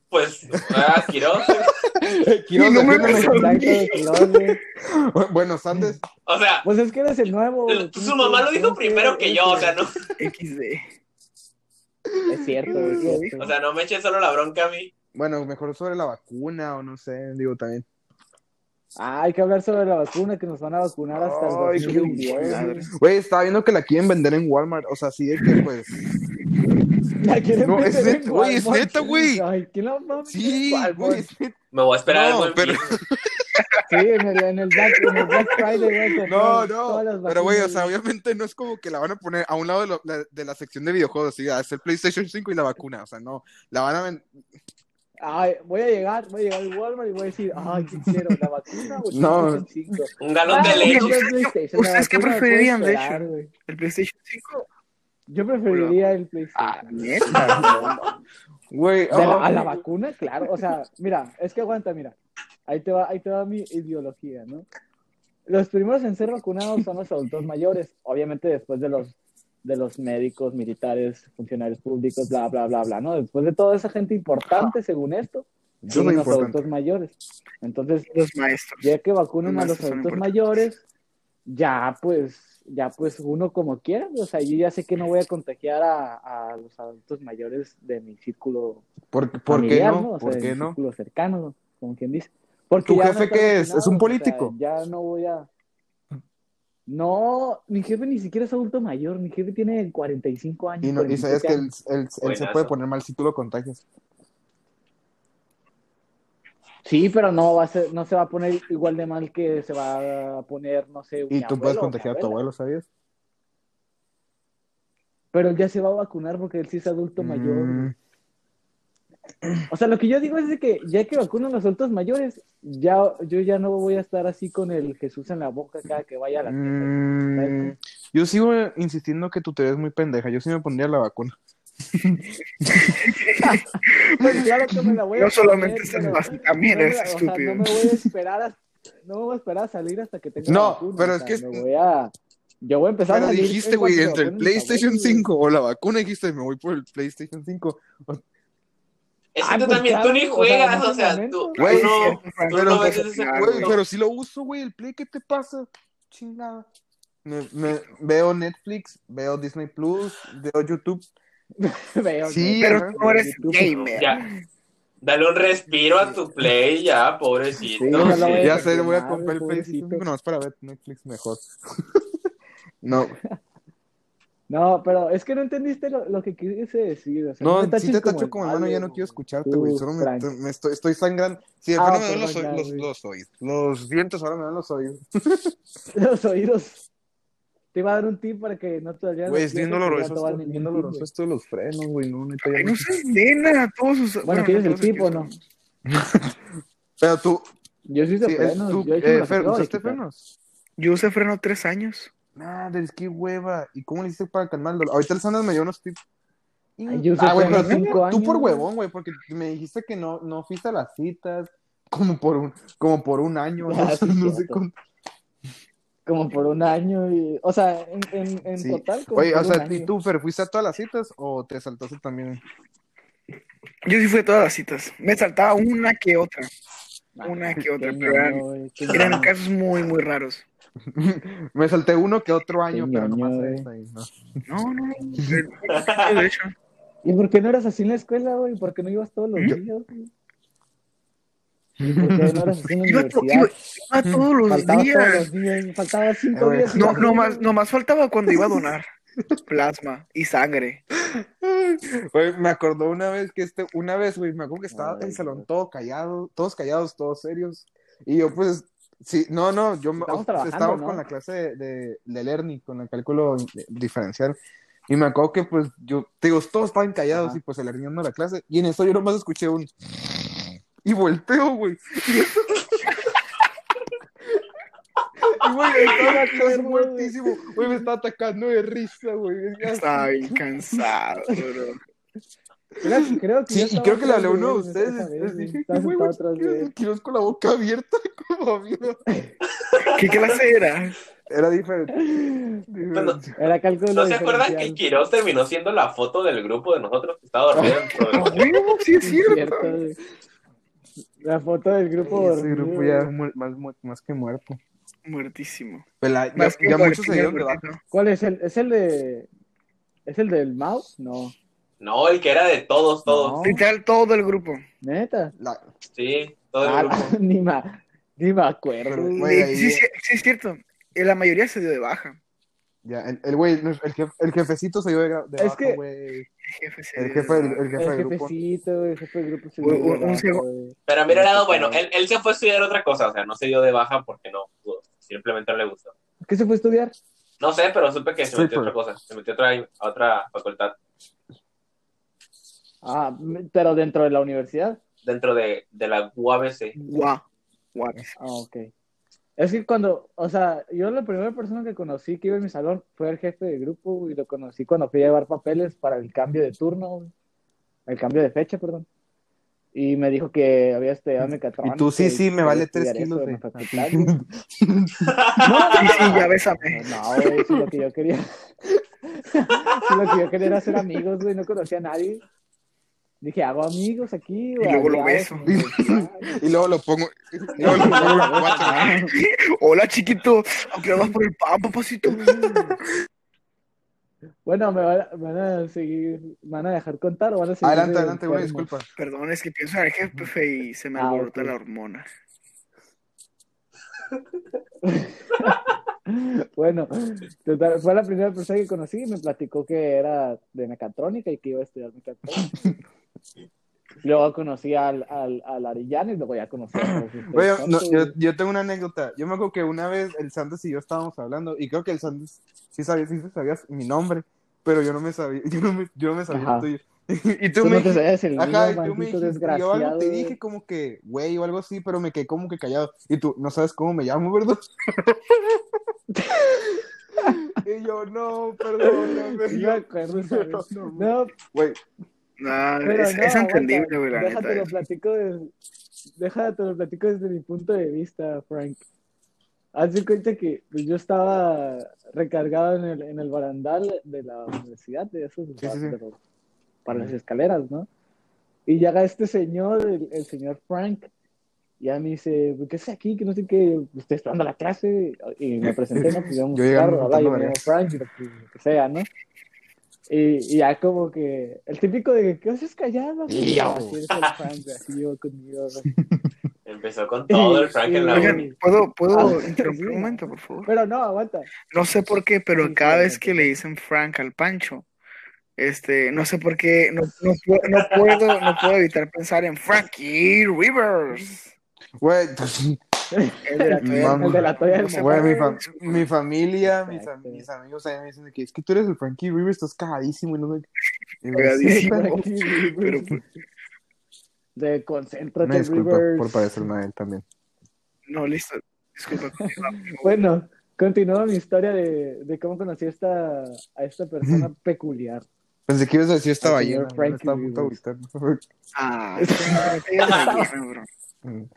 Speaker 2: Pues, ah, Quiroz.
Speaker 1: Quiero
Speaker 4: Y no me
Speaker 1: dejarme-
Speaker 4: vas a-
Speaker 3: Exacto, de color, güey.
Speaker 1: Bueno, Sandes,
Speaker 2: O sea,
Speaker 3: Pues es que eres el nuevo. güey.
Speaker 2: su mamá lo dijo
Speaker 3: Tienes
Speaker 2: primero que yo, o sea, no,
Speaker 4: XD.
Speaker 3: Es cierto, güey, es
Speaker 4: Lo
Speaker 3: cierto.
Speaker 2: o sea, no me eches solo la bronca a mí.
Speaker 1: bueno, mejor sobre la vacuna o no sé, digo también.
Speaker 3: Ah, hay que hablar sobre la vacuna, que nos van a vacunar hasta
Speaker 4: Ay,
Speaker 3: el
Speaker 4: qué
Speaker 3: 2010.
Speaker 4: chingada.
Speaker 3: güey.
Speaker 1: Güey, estaba viendo que la quieren vender en Walmart, o sea, sí de que pues...
Speaker 3: La quieren
Speaker 1: No, es
Speaker 3: meter en
Speaker 1: neta, güey, es
Speaker 3: Walmart.
Speaker 1: neta, güey.
Speaker 3: Ay, ¿quién la va a meter
Speaker 1: Sí,
Speaker 3: en Walmart?
Speaker 1: güey, es neta.
Speaker 2: Me voy a esperar
Speaker 1: No,
Speaker 2: algo en
Speaker 1: pero-
Speaker 3: Sí, en el, en el Black, en el Black Friday, güey. comprar
Speaker 1: No,
Speaker 3: todas las
Speaker 1: no, pero güey, o
Speaker 3: vacunas,
Speaker 1: sea, obviamente no es como que la van a poner a un lado de, lo- la, de la sección de videojuegos, sí, es el PlayStation 5 y la vacuna, o sea, no, la van a vender...
Speaker 3: Ay, voy a llegar, voy a llegar al Walmart y voy a decir, ay, ¿qué quiero? ¿La vacuna o el
Speaker 1: No.
Speaker 3: PlayStation 5?
Speaker 2: un galón
Speaker 3: Ah,
Speaker 2: de
Speaker 3: yo
Speaker 2: leche.
Speaker 3: quiero el PlayStation, la
Speaker 4: ¿Ustedes qué
Speaker 3: vacuna me puede
Speaker 4: preferirían, de
Speaker 3: esperar,
Speaker 4: hecho?
Speaker 3: güey.
Speaker 4: ¿El PlayStation 5?
Speaker 3: Yo preferiría el PlayStation.
Speaker 4: Ah, neta.
Speaker 1: Güey,
Speaker 3: De la-
Speaker 1: ah,
Speaker 3: a la vacuna, claro. O sea, mira, es que aguanta, mira. Ahí te va, ahí te va mi ideología, ¿no? Los primeros en ser vacunados son los adultos mayores, obviamente después de los de los médicos, militares, funcionarios públicos, bla, bla, bla, bla, ¿no? Después de toda esa gente importante, según esto,
Speaker 1: eso es
Speaker 3: son
Speaker 1: lo
Speaker 3: los
Speaker 1: importante.
Speaker 3: adultos mayores. Entonces, pues,
Speaker 4: Los maestros.
Speaker 3: ya que vacunan a
Speaker 4: Más
Speaker 3: los
Speaker 4: son
Speaker 3: adultos
Speaker 4: importantes.
Speaker 3: mayores, ya pues, ya pues uno como quiera, o sea, yo ya sé que no voy a contagiar a, a los adultos mayores de mi círculo
Speaker 1: ¿Por, por qué
Speaker 3: familiar,
Speaker 1: no?
Speaker 3: O
Speaker 1: ¿Por
Speaker 3: sea,
Speaker 1: qué
Speaker 3: en
Speaker 1: no?
Speaker 3: círculo cercano, como quien dice. Porque
Speaker 1: ¿Tu
Speaker 3: ya
Speaker 1: jefe
Speaker 3: están
Speaker 1: qué es?
Speaker 3: vacunados,
Speaker 1: ¿Es un
Speaker 3: o sea,
Speaker 1: político?
Speaker 3: ya no voy a... No, mi jefe ni siquiera es adulto mayor, mi jefe tiene 45 años.
Speaker 1: Y, no, y sabes
Speaker 3: 47
Speaker 1: que
Speaker 3: años.
Speaker 1: él, él- él se
Speaker 2: Buenazo.
Speaker 1: puede poner mal si tú lo contagias.
Speaker 3: Sí, pero no va a ser, no se va a poner igual de mal que se va a poner, no sé,
Speaker 1: Y
Speaker 3: mi
Speaker 1: tú
Speaker 3: abuelo
Speaker 1: puedes
Speaker 3: o mi
Speaker 1: contagiar a tu
Speaker 3: abuela.
Speaker 1: abuelo, ¿sabías?
Speaker 3: Pero él ya se va a vacunar porque él sí es adulto mayor.
Speaker 1: Mm,
Speaker 3: O sea, lo que yo digo es de que ya que vacunan a los adultos mayores, ya yo ya no voy a estar así con el Jesús en la boca cada que vaya a la tienda.
Speaker 1: mm, yo sigo insistiendo que tu teoría es muy pendeja. Yo sí me pondría la vacuna.
Speaker 3: Pues claro que me la voy a
Speaker 4: No solamente
Speaker 3: poner,
Speaker 4: estás
Speaker 3: pero
Speaker 4: más, también
Speaker 3: no me
Speaker 4: eres
Speaker 3: la- o sea,
Speaker 4: estúpido.
Speaker 3: no me voy a esperar a, no me voy a esperar a salir hasta que tenga
Speaker 1: No,
Speaker 3: la vacuna,
Speaker 1: pero
Speaker 3: o
Speaker 1: es
Speaker 3: sea,
Speaker 1: que es-
Speaker 3: me voy a yo voy a empezar
Speaker 1: Pero
Speaker 3: a salir pues,
Speaker 1: dijiste,
Speaker 3: en
Speaker 1: güey,
Speaker 3: cuanto
Speaker 1: entre
Speaker 3: vacunen
Speaker 1: el
Speaker 3: mis
Speaker 1: PlayStation
Speaker 3: abuelos,
Speaker 1: 5 o la vacuna, dijiste, me voy por el PlayStation 5.
Speaker 2: Es
Speaker 3: Ah,
Speaker 2: que tú
Speaker 3: pues
Speaker 2: también,
Speaker 3: claro,
Speaker 2: tú ni
Speaker 3: o sea,
Speaker 2: juegas,
Speaker 3: en ese
Speaker 2: o sea,
Speaker 3: momento.
Speaker 2: tú tú
Speaker 1: Güey,
Speaker 2: no...
Speaker 4: cierto, Frank.
Speaker 2: tú
Speaker 1: pero
Speaker 2: no
Speaker 1: pues,
Speaker 2: ves ese
Speaker 4: claro.
Speaker 1: Güey,
Speaker 2: punto.
Speaker 1: pero si lo uso, güey, el Play, ¿qué te pasa? Chingada. Me, me- veo Netflix, veo Disney Plus, veo YouTube.
Speaker 3: güey. Veo,
Speaker 1: Sí,
Speaker 3: güey.
Speaker 4: Pero tú no eres
Speaker 3: YouTube.
Speaker 4: gamer.
Speaker 2: Ya. Dale un respiro a tu play, ya, pobrecito.
Speaker 3: Sí, no lo voy a-
Speaker 1: ya sé, voy a
Speaker 3: madre,
Speaker 1: comprar el PlayStation
Speaker 3: pobrecito.
Speaker 1: 5 nomás para ver Netflix mejor. no,
Speaker 3: No, pero es que no entendiste lo, lo que quise decir. O sea,
Speaker 1: no,
Speaker 3: me taches
Speaker 1: si te tacho como
Speaker 3: el
Speaker 1: hermano, ya
Speaker 3: malo,
Speaker 1: no quiero
Speaker 3: güey.
Speaker 1: escucharte, güey.
Speaker 3: Tú,
Speaker 1: Solo me,
Speaker 3: Frank.
Speaker 1: me estoy, estoy sangrando. Si de
Speaker 3: Ah,
Speaker 1: plano me dan los,
Speaker 3: perdón,
Speaker 1: oí-
Speaker 3: ya,
Speaker 1: los,
Speaker 3: güey.
Speaker 1: los oídos, los dientes ahora me dan los oídos.
Speaker 3: Los oídos. te iba a dar un tip para que no te dolieran
Speaker 1: Güey,
Speaker 3: los
Speaker 1: es bien
Speaker 3: pies, pero
Speaker 1: doloroso
Speaker 3: ya te va a
Speaker 1: esto,
Speaker 3: dar
Speaker 1: bien
Speaker 3: ningún
Speaker 1: doloroso
Speaker 3: tip,
Speaker 1: esto de los frenos, güey, no, neta, ya
Speaker 4: Ay,
Speaker 1: no-
Speaker 4: no se nena, todos sus.
Speaker 3: Bueno, ¿quieres
Speaker 4: no
Speaker 3: el
Speaker 4: sé
Speaker 3: tip
Speaker 4: qué
Speaker 3: o
Speaker 4: es.
Speaker 3: no?
Speaker 1: Pero tú,
Speaker 3: güey. Yo sí hice
Speaker 1: sí, es
Speaker 3: frenos.
Speaker 1: tú,
Speaker 3: yo he hecho
Speaker 1: eh,
Speaker 3: me las
Speaker 1: Fer,
Speaker 3: acabo de
Speaker 1: ¿usaste
Speaker 3: quitar.
Speaker 1: frenos?
Speaker 4: Yo usé freno tres años.
Speaker 1: Madre, es que hueva. ¿Y cómo le hiciste para calmar el dolor? Ahorita el Sanders me dio unos tips.
Speaker 3: Ay, yo usé
Speaker 1: ah, güey, pero
Speaker 3: frenos
Speaker 1: tú,
Speaker 3: cinco
Speaker 1: tú por
Speaker 3: años, güey.
Speaker 1: huevón, güey, porque me dijiste que no, no fuiste a las citas como por un, como por un año,
Speaker 3: Ah,
Speaker 1: no,
Speaker 3: sí,
Speaker 1: No sé
Speaker 3: cierto.
Speaker 1: cuánto.
Speaker 3: Como por un año. Y, o sea, en, en, en
Speaker 1: Sí.
Speaker 3: total. Como
Speaker 1: Oye,
Speaker 3: por
Speaker 1: o sea,
Speaker 3: un
Speaker 1: ¿y
Speaker 3: año.
Speaker 1: tú, Fer, fuiste a todas las citas o te saltaste también?
Speaker 4: Yo sí fui a todas las citas. Me saltaba una que otra.
Speaker 3: Ah,
Speaker 4: Una que
Speaker 3: qué
Speaker 4: otra, pero
Speaker 3: ñoño,
Speaker 4: eran,
Speaker 3: güey, qué
Speaker 4: eran
Speaker 3: ñoño.
Speaker 4: casos muy, muy raros.
Speaker 1: me salté uno que otro año,
Speaker 3: Qué
Speaker 1: pero nomás
Speaker 3: ñoño, eh.
Speaker 1: esa y no.
Speaker 4: No, no, no. De hecho,
Speaker 3: ¿Y por qué no eras así en la escuela, güey? ¿Por qué no ibas todos los
Speaker 4: Yo-
Speaker 3: días? güey? ¿Y por qué no eras así en la
Speaker 4: iba, to-
Speaker 3: universidad?
Speaker 4: iba- iba todos los
Speaker 3: Faltabas todos
Speaker 4: días.
Speaker 3: los días, faltaba
Speaker 1: Eh,
Speaker 3: cinco
Speaker 1: güey.
Speaker 3: días. y ya,
Speaker 4: No, no
Speaker 3: güey.
Speaker 4: más, no más faltaba cuando iba a donar plasma y sangre.
Speaker 1: Güey, me acordó una vez que este, una vez, güey, me acuerdo que estaba
Speaker 3: Ay,
Speaker 1: el salón
Speaker 3: güey.
Speaker 1: todo callado, todos callados, todos serios. Y yo, pues, sí, no, no, yo me-
Speaker 3: Estamos
Speaker 1: o sea,
Speaker 3: trabajando,
Speaker 1: estaba
Speaker 3: ¿no?
Speaker 1: con la clase de, de, de Lerny, con el cálculo de- diferencial. Y me acuerdo que, pues, yo, te digo, todos estaban callados
Speaker 3: Ajá.
Speaker 1: y, pues, el Lerny dando la clase. Y en eso yo nomás escuché un. Y volteo, güey. Y, güey, estaba
Speaker 3: Me acuerdo, güey.
Speaker 1: muertísimo. Güey, me estaba atacando de risa, güey.
Speaker 4: Estaba bien cansado, bro.
Speaker 3: Creo, creo que
Speaker 1: Sí,
Speaker 3: yo
Speaker 1: y
Speaker 3: estaba
Speaker 1: creo que le hablé a
Speaker 3: atrás
Speaker 1: uno de
Speaker 3: él,
Speaker 1: ustedes.
Speaker 3: esa vez,
Speaker 1: Les
Speaker 3: güey.
Speaker 1: dije que,
Speaker 3: Estaba
Speaker 1: güey,
Speaker 3: sentado atrás de
Speaker 1: quiero
Speaker 3: él.
Speaker 1: quiero con la boca abierta, como avión.
Speaker 4: ¿Qué clase era?
Speaker 1: Era diferente. diferente.
Speaker 3: Era cálculo
Speaker 2: ¿No se acuerdan que
Speaker 3: diferencial.
Speaker 2: Quiroz terminó siendo la foto del grupo de nosotros que estaba dormido? en el
Speaker 4: A
Speaker 2: programa?
Speaker 4: huevo, sí es
Speaker 3: Sí,
Speaker 4: cierto.
Speaker 3: cierto, güey. La foto del grupo.
Speaker 1: Ese
Speaker 3: dormido,
Speaker 1: grupo ya mu- más, mu- más que muerto.
Speaker 4: Muertísimo.
Speaker 1: Pues la- ya
Speaker 4: Más que
Speaker 1: ya muchos
Speaker 4: muertísimo,
Speaker 1: se dieron de baja.
Speaker 4: muertísimo.
Speaker 3: ¿Cuál es el? ¿Es el de. ¿Es el del mouse? No.
Speaker 2: No, el que era de todos, todos.
Speaker 3: No.
Speaker 4: Literal, todo el grupo.
Speaker 3: Neta.
Speaker 1: La-
Speaker 2: Sí, todo el
Speaker 3: Ah,
Speaker 2: grupo.
Speaker 3: la- ni, ma- ni me acuerdo.
Speaker 1: Pero,
Speaker 3: güey.
Speaker 1: Güey, ahí-
Speaker 4: Eh, Sí, sí, sí es cierto. Eh, La mayoría se dio de baja.
Speaker 1: ya, el, el güey, el, jef- el jefecito se dio de, gra- de
Speaker 3: Es
Speaker 1: baja,
Speaker 3: que-
Speaker 1: güey.
Speaker 4: El jefe se
Speaker 1: El
Speaker 4: dio de
Speaker 1: jefe, el,
Speaker 4: baja.
Speaker 1: el jefe
Speaker 3: El
Speaker 1: del grupo.
Speaker 3: jefecito, güey, el jefe del grupo. se
Speaker 4: Un-
Speaker 3: dio de
Speaker 4: un- un
Speaker 3: baja,
Speaker 4: segu-
Speaker 3: güey.
Speaker 2: Pero mira, era bueno, él, él se fue a estudiar otra cosa, o sea, no se dio de baja porque no pudo, simplemente no le gustó.
Speaker 3: ¿Qué se fue a estudiar?
Speaker 2: No sé, pero supe que se metió a
Speaker 3: pues.
Speaker 1: Stripper.
Speaker 2: otra cosa, se metió a otra, a otra facultad
Speaker 3: Ah, m- pero dentro de la universidad.
Speaker 2: dentro de, de la UABC.
Speaker 4: Guau. Guau.
Speaker 3: Ah, ok. Es que cuando, o sea, yo la primera persona que conocí que iba en mi salón fue el jefe de grupo y lo conocí cuando fui a llevar papeles para el cambio de turno, güey. el cambio de fecha, perdón. Y me dijo que había estudiado mecatrónica.
Speaker 1: Y tú, sí, sí,
Speaker 3: que
Speaker 1: me
Speaker 3: había
Speaker 1: vale
Speaker 3: estudiar
Speaker 1: tres kilos
Speaker 3: eso en
Speaker 1: de-
Speaker 3: la facultad, güey.
Speaker 4: Sí, sí, ya bésame.
Speaker 3: Eh, No, güey, si lo que yo quería. si lo que yo quería era ser amigos, güey, no conocía a nadie. Dije, hago amigos aquí, güey.
Speaker 4: luego lo
Speaker 3: allá,
Speaker 4: beso.
Speaker 3: en la universidad.
Speaker 1: Y luego lo pongo. y luego lo pongo en la cuatro.
Speaker 3: Ah,
Speaker 4: Hola, chiquito. Aunque vas por el pan, papacito.
Speaker 3: Bueno, me van, a- me van a seguir, me van a dejar contar o van a seguir.
Speaker 1: Adelante,
Speaker 3: de
Speaker 1: adelante, una
Speaker 3: enfermos?
Speaker 1: disculpa.
Speaker 4: Perdón, es que pienso en el jefe y se me
Speaker 3: Ah,
Speaker 4: alborota
Speaker 3: ok.
Speaker 4: la hormona.
Speaker 3: Bueno, total, fue la primera persona que conocí y me platicó que era de mecatrónica y que iba a estudiar mecatrónica. Luego conocí al, al, al Arillano y luego ya conocí a todos ustedes. pues,
Speaker 1: Güey, no,
Speaker 3: ¿Cuánto,
Speaker 1: yo,
Speaker 3: güey?
Speaker 1: yo tengo una anécdota. Yo me acuerdo que una vez el Sanders y yo estábamos hablando, y creo que el Sanders sí sabía, sí sabías mi nombre, pero yo no me sabía, yo no me, yo no me sabía
Speaker 3: Ajá.
Speaker 1: el tuyo. Y
Speaker 3: Tú
Speaker 1: tú me
Speaker 3: no te
Speaker 1: dijiste,
Speaker 3: sabes el
Speaker 1: ajá,
Speaker 3: mío,
Speaker 1: y tú me
Speaker 3: maldito
Speaker 1: dijiste, y yo
Speaker 3: desgraciado.
Speaker 1: algo te dije como que, güey, o algo así, pero me quedé como que callado. Y tú, no sabes cómo me llamo, ¿verdad? y yo, no, perdóname.
Speaker 3: Sí,
Speaker 1: Y
Speaker 3: me
Speaker 1: yo,
Speaker 3: acuerdo,
Speaker 1: "Pero
Speaker 3: ¿sabes?
Speaker 1: no,
Speaker 3: No,
Speaker 1: Güey,
Speaker 4: Nah,
Speaker 3: pero
Speaker 4: es,
Speaker 3: no,
Speaker 4: es entendible,
Speaker 3: aguanta.
Speaker 4: güey, la
Speaker 3: Déjate
Speaker 4: neta. eh.
Speaker 3: lo platico des- déjate lo platico desde mi punto de vista, Frank. Haz de cuenta que pues, yo estaba recargado en el, en el barandal de la universidad, de esos
Speaker 1: sí, sí.
Speaker 3: de los- para las escaleras, ¿no? Y llega este señor, el, el señor Frank, y ya me dice, "Pues, ¿qué hace aquí? Que no sé qué, estoy esperando la clase. Y me presenté, ¿no? Pues íbamos
Speaker 1: Yo
Speaker 3: a
Speaker 1: llegando
Speaker 3: carro, hola, yo me llamo
Speaker 1: contando
Speaker 3: Frank, y lo que, lo que sea, ¿no? Y, y ya como que, el típico de, ¿qué haces callado? Y
Speaker 1: Yo.
Speaker 3: así es el Frank, güey, así yo conmigo. güey.
Speaker 2: Empezó con todo el Frank en la
Speaker 3: Oigan,
Speaker 2: uni.
Speaker 4: Oigan, ¿puedo, puedo
Speaker 3: Ah,
Speaker 4: interrumpir
Speaker 3: sí.
Speaker 4: un momento, por favor?
Speaker 3: Pero no, aguanta.
Speaker 4: No sé por qué,
Speaker 3: Sí,
Speaker 4: pero cada
Speaker 3: sí,
Speaker 4: vez
Speaker 3: sí.
Speaker 4: que le dicen Frank al Pancho, este, no sé por qué, no, no puedo, no puedo, no puedo evitar pensar en Frankie Rivers.
Speaker 1: güey,
Speaker 4: El de la toalla.
Speaker 1: Mamá.
Speaker 3: El de la toalla del
Speaker 4: Ese
Speaker 1: Güey,
Speaker 3: momento.
Speaker 1: mi, fam- mi familia, mis, am-
Speaker 3: Exacto.
Speaker 1: mis amigos ahí me dicen que es que tú eres el Frankie Rivers, estás cagadísimo y no me. Y me-
Speaker 4: Cagadísimo.
Speaker 1: Sí,
Speaker 3: Frankie
Speaker 4: Pero,
Speaker 3: Rivers.
Speaker 4: pues,
Speaker 3: De concéntrate,
Speaker 1: Una disculpa
Speaker 3: Rivers.
Speaker 1: por parecerme a él también.
Speaker 4: no, listo. Disculpa. continúa, por favor.
Speaker 3: Bueno, continúa mi historia de, de cómo conocí a esta, a esta persona peculiar.
Speaker 1: Pensé que ibas a decir esta
Speaker 3: El
Speaker 1: ballena.
Speaker 3: señor
Speaker 1: me
Speaker 3: Frankie
Speaker 1: estaba a punto de agüitar.
Speaker 4: Ah, no te digas ballena, bro.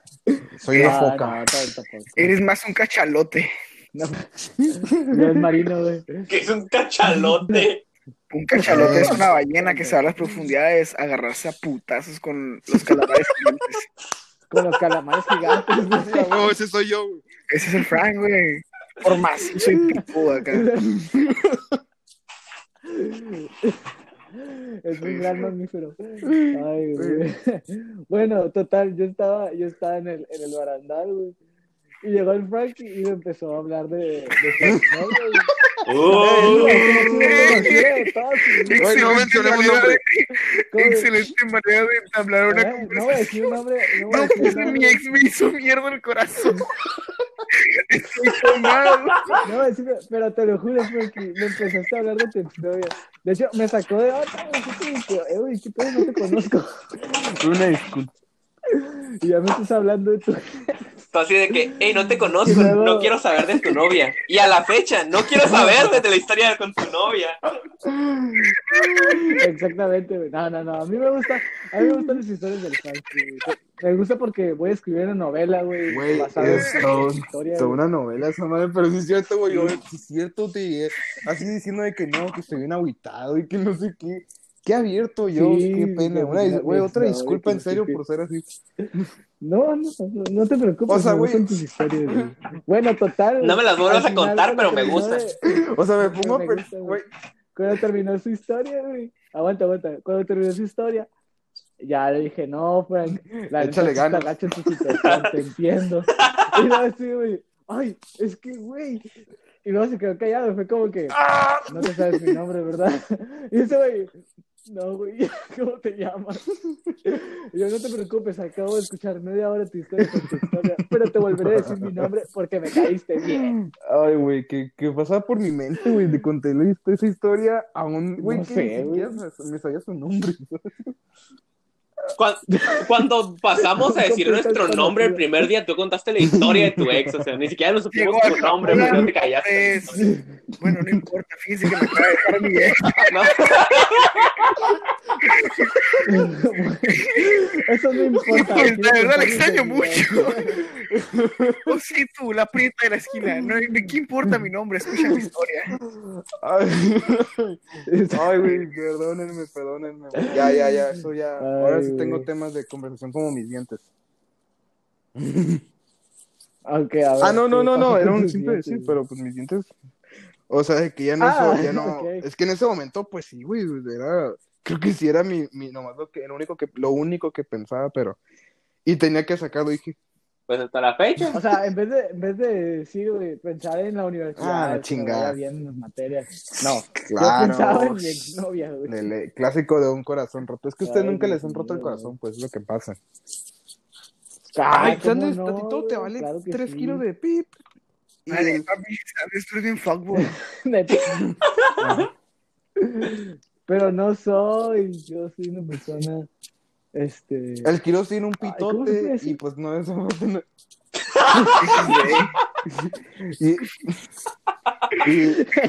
Speaker 1: Soy una
Speaker 3: Ah,
Speaker 1: foca.
Speaker 3: No, tanto poco.
Speaker 4: Eres más un cachalote.
Speaker 3: No. No es marino, güey.
Speaker 2: Que es un cachalote.
Speaker 4: Un cachalote es una ballena que se va a las profundidades a agarrarse a putazos con los calamares gigantes.
Speaker 3: Con los calamares gigantes, güey.
Speaker 1: Ah, huevo, ese soy yo. güey.
Speaker 4: Ese es el Frank, güey. Por macizo y picudo acá.
Speaker 3: Es
Speaker 4: Sí,
Speaker 3: un gran
Speaker 4: sí.
Speaker 3: mamífero. Ay, güey. Bueno, total, yo estaba, yo estaba en el, en el barandal, güey. Y llegó el Frank y me empezó a hablar de, de su ¿no, güey?
Speaker 2: Uh,
Speaker 1: Güey, no mencionemos nombre.
Speaker 4: Excelente manera de entablar una
Speaker 3: No voy a
Speaker 4: conversación.
Speaker 3: decir nombre. No voy a
Speaker 4: No, pues
Speaker 3: decir
Speaker 4: mi
Speaker 3: nombre.
Speaker 4: ex me hizo mierda el corazón. Estoy tomado.
Speaker 3: No voy a decir, pero te lo juro, Frankie. Me empezaste a hablar de tu exnovia. De hecho, me sacó de otra. güey, ¿qué te dije? Eh, güey, ¿qué pedo? No te conozco.
Speaker 1: Una disculpa.
Speaker 3: Y ya me estás hablando de tu.
Speaker 2: está así de que, hey, no te conozco,
Speaker 3: Y luego-
Speaker 2: no quiero saber de tu novia. Y a la fecha, no quiero saber de la historia con tu novia.
Speaker 3: Exactamente, güey. No, no, no. A mí me gusta, a mí me gustan las historias del Frankie. güey. Me gusta porque voy a escribir una novela, güey.
Speaker 1: Güey,
Speaker 3: basada en
Speaker 1: es
Speaker 3: su
Speaker 1: todo-
Speaker 3: historia,
Speaker 1: Toda
Speaker 3: güey.
Speaker 1: una novela esa madre, pero sí es cierto, güey. yo, sí es cierto, te llegué así diciendo de que no, que estoy bien agüitado y que no sé qué. Qué abierto yo,
Speaker 3: Sí,
Speaker 1: qué pena.
Speaker 3: güey,
Speaker 1: Una dis-
Speaker 3: no,
Speaker 1: güey,
Speaker 3: no,
Speaker 1: otra
Speaker 3: no,
Speaker 1: disculpa
Speaker 3: que
Speaker 1: en
Speaker 3: no sé
Speaker 1: serio
Speaker 3: qué.
Speaker 1: por ser así.
Speaker 3: No, no, no, no te preocupes.
Speaker 1: O sea,
Speaker 3: me
Speaker 1: güey.
Speaker 3: gustan tus historias, güey. Bueno, total.
Speaker 2: No me las vuelvas
Speaker 3: al
Speaker 2: a
Speaker 3: final,
Speaker 2: contar,
Speaker 3: cuando
Speaker 2: pero me
Speaker 3: terminó
Speaker 2: gustan.
Speaker 3: de-
Speaker 1: O sea, me
Speaker 3: No,
Speaker 1: pongo a
Speaker 3: me
Speaker 1: pensar,
Speaker 3: gusta,
Speaker 1: güey.
Speaker 3: güey. Cuando terminó su historia, güey. Aguanta, aguanta. Cuando terminó su historia, ya le dije, no, Frank. La
Speaker 1: Échale
Speaker 3: neta, sí
Speaker 1: ganas.
Speaker 3: está gacho tu situación, te entiendo. Y luego así, güey. Ay, es que, güey. Y luego se quedó callado. Fue como que,
Speaker 1: ¡Ah!
Speaker 3: no te sabes mi nombre, ¿verdad? Y ese, güey, no, güey, ¿cómo te llamas? Y yo, no te preocupes, acabo de escuchar media hora tu historia con tu historia. Pero te volveré a decir mi nombre porque me caíste bien.
Speaker 1: Ay, güey, que, que pasaba por mi mente, güey, de conté la hist- esa historia a un güey
Speaker 3: No
Speaker 1: que
Speaker 3: sé,
Speaker 1: ni siquiera me, me sabía su nombre.
Speaker 2: Cuan- Cuando, pasamos a decir nuestro nombre el primer día, tú contaste la historia de tu ex, o sea, ni siquiera nos supimos
Speaker 4: Llegó
Speaker 2: tu
Speaker 4: a
Speaker 2: nombre,
Speaker 4: Japón.
Speaker 2: pero te callaste.
Speaker 4: Pues, bueno, no importa, fíjense que me acaba de dejar mi ex.
Speaker 2: Ah, No,
Speaker 3: Eso no importa.
Speaker 4: Pues, la verdad,
Speaker 3: Quiero
Speaker 4: le extraño
Speaker 3: contar mi
Speaker 4: mucho.
Speaker 3: vida.
Speaker 4: O sí, tú, la prieta de la esquina. No, ¿de ¿Qué importa mi nombre? Escucha mi historia.
Speaker 1: Ay, ay, güey, perdónenme, perdónenme. güey. Ya, ya, ya, eso ya.
Speaker 3: Ay,
Speaker 1: Ahora sí
Speaker 3: güey.
Speaker 1: tengo temas de conversación como mis dientes.
Speaker 3: Ok, a ver,
Speaker 1: Ah, no, no,
Speaker 3: ¿qué
Speaker 1: no,
Speaker 3: pasa
Speaker 1: no,
Speaker 3: con
Speaker 1: era un
Speaker 3: tus
Speaker 1: simple
Speaker 3: dientes?
Speaker 1: decir, pero pues mis dientes. O sea, de que ya no,
Speaker 3: Ah,
Speaker 1: eso, ya no.
Speaker 3: ok.
Speaker 1: Es que en ese momento, pues sí, güey, era. Creo que sí era mi, mi nomás lo que, lo único que, lo único que pensaba, pero. Y tenía que sacarlo, dije.
Speaker 2: pues hasta la fecha.
Speaker 3: O sea, en vez de, en vez de sí, güey, pensar en la universidad,
Speaker 1: Ah, la
Speaker 3: que me
Speaker 1: chingada.
Speaker 3: vaya bien en las materias. No, yo pensaba
Speaker 1: Claro.
Speaker 3: en mi exnovia, güey.
Speaker 1: Le- le- clásico de un corazón roto. Es que a ustedes
Speaker 3: Ay,
Speaker 1: nunca
Speaker 3: Dios
Speaker 1: les han roto el
Speaker 3: mío,
Speaker 1: corazón, pues es lo que pasa.
Speaker 3: Ah,
Speaker 1: Ay,
Speaker 3: ¿cómo
Speaker 1: Sanders,
Speaker 3: no,
Speaker 1: a ti todo te
Speaker 3: güey?
Speaker 1: vale
Speaker 3: Claro que
Speaker 1: 3
Speaker 3: sí.
Speaker 1: kilos de pip. Y
Speaker 4: Vale,
Speaker 1: el-
Speaker 4: papi, sabes, tú eres bien fuckboy.
Speaker 3: Neta.
Speaker 1: Ah.
Speaker 3: Pero no soy, yo soy una persona, este...
Speaker 1: el Quiroz tiene un
Speaker 3: Ay, ¿cómo se puede
Speaker 1: pitote
Speaker 3: decir?
Speaker 1: y pues no es. no- Y,
Speaker 4: Güey,
Speaker 1: y,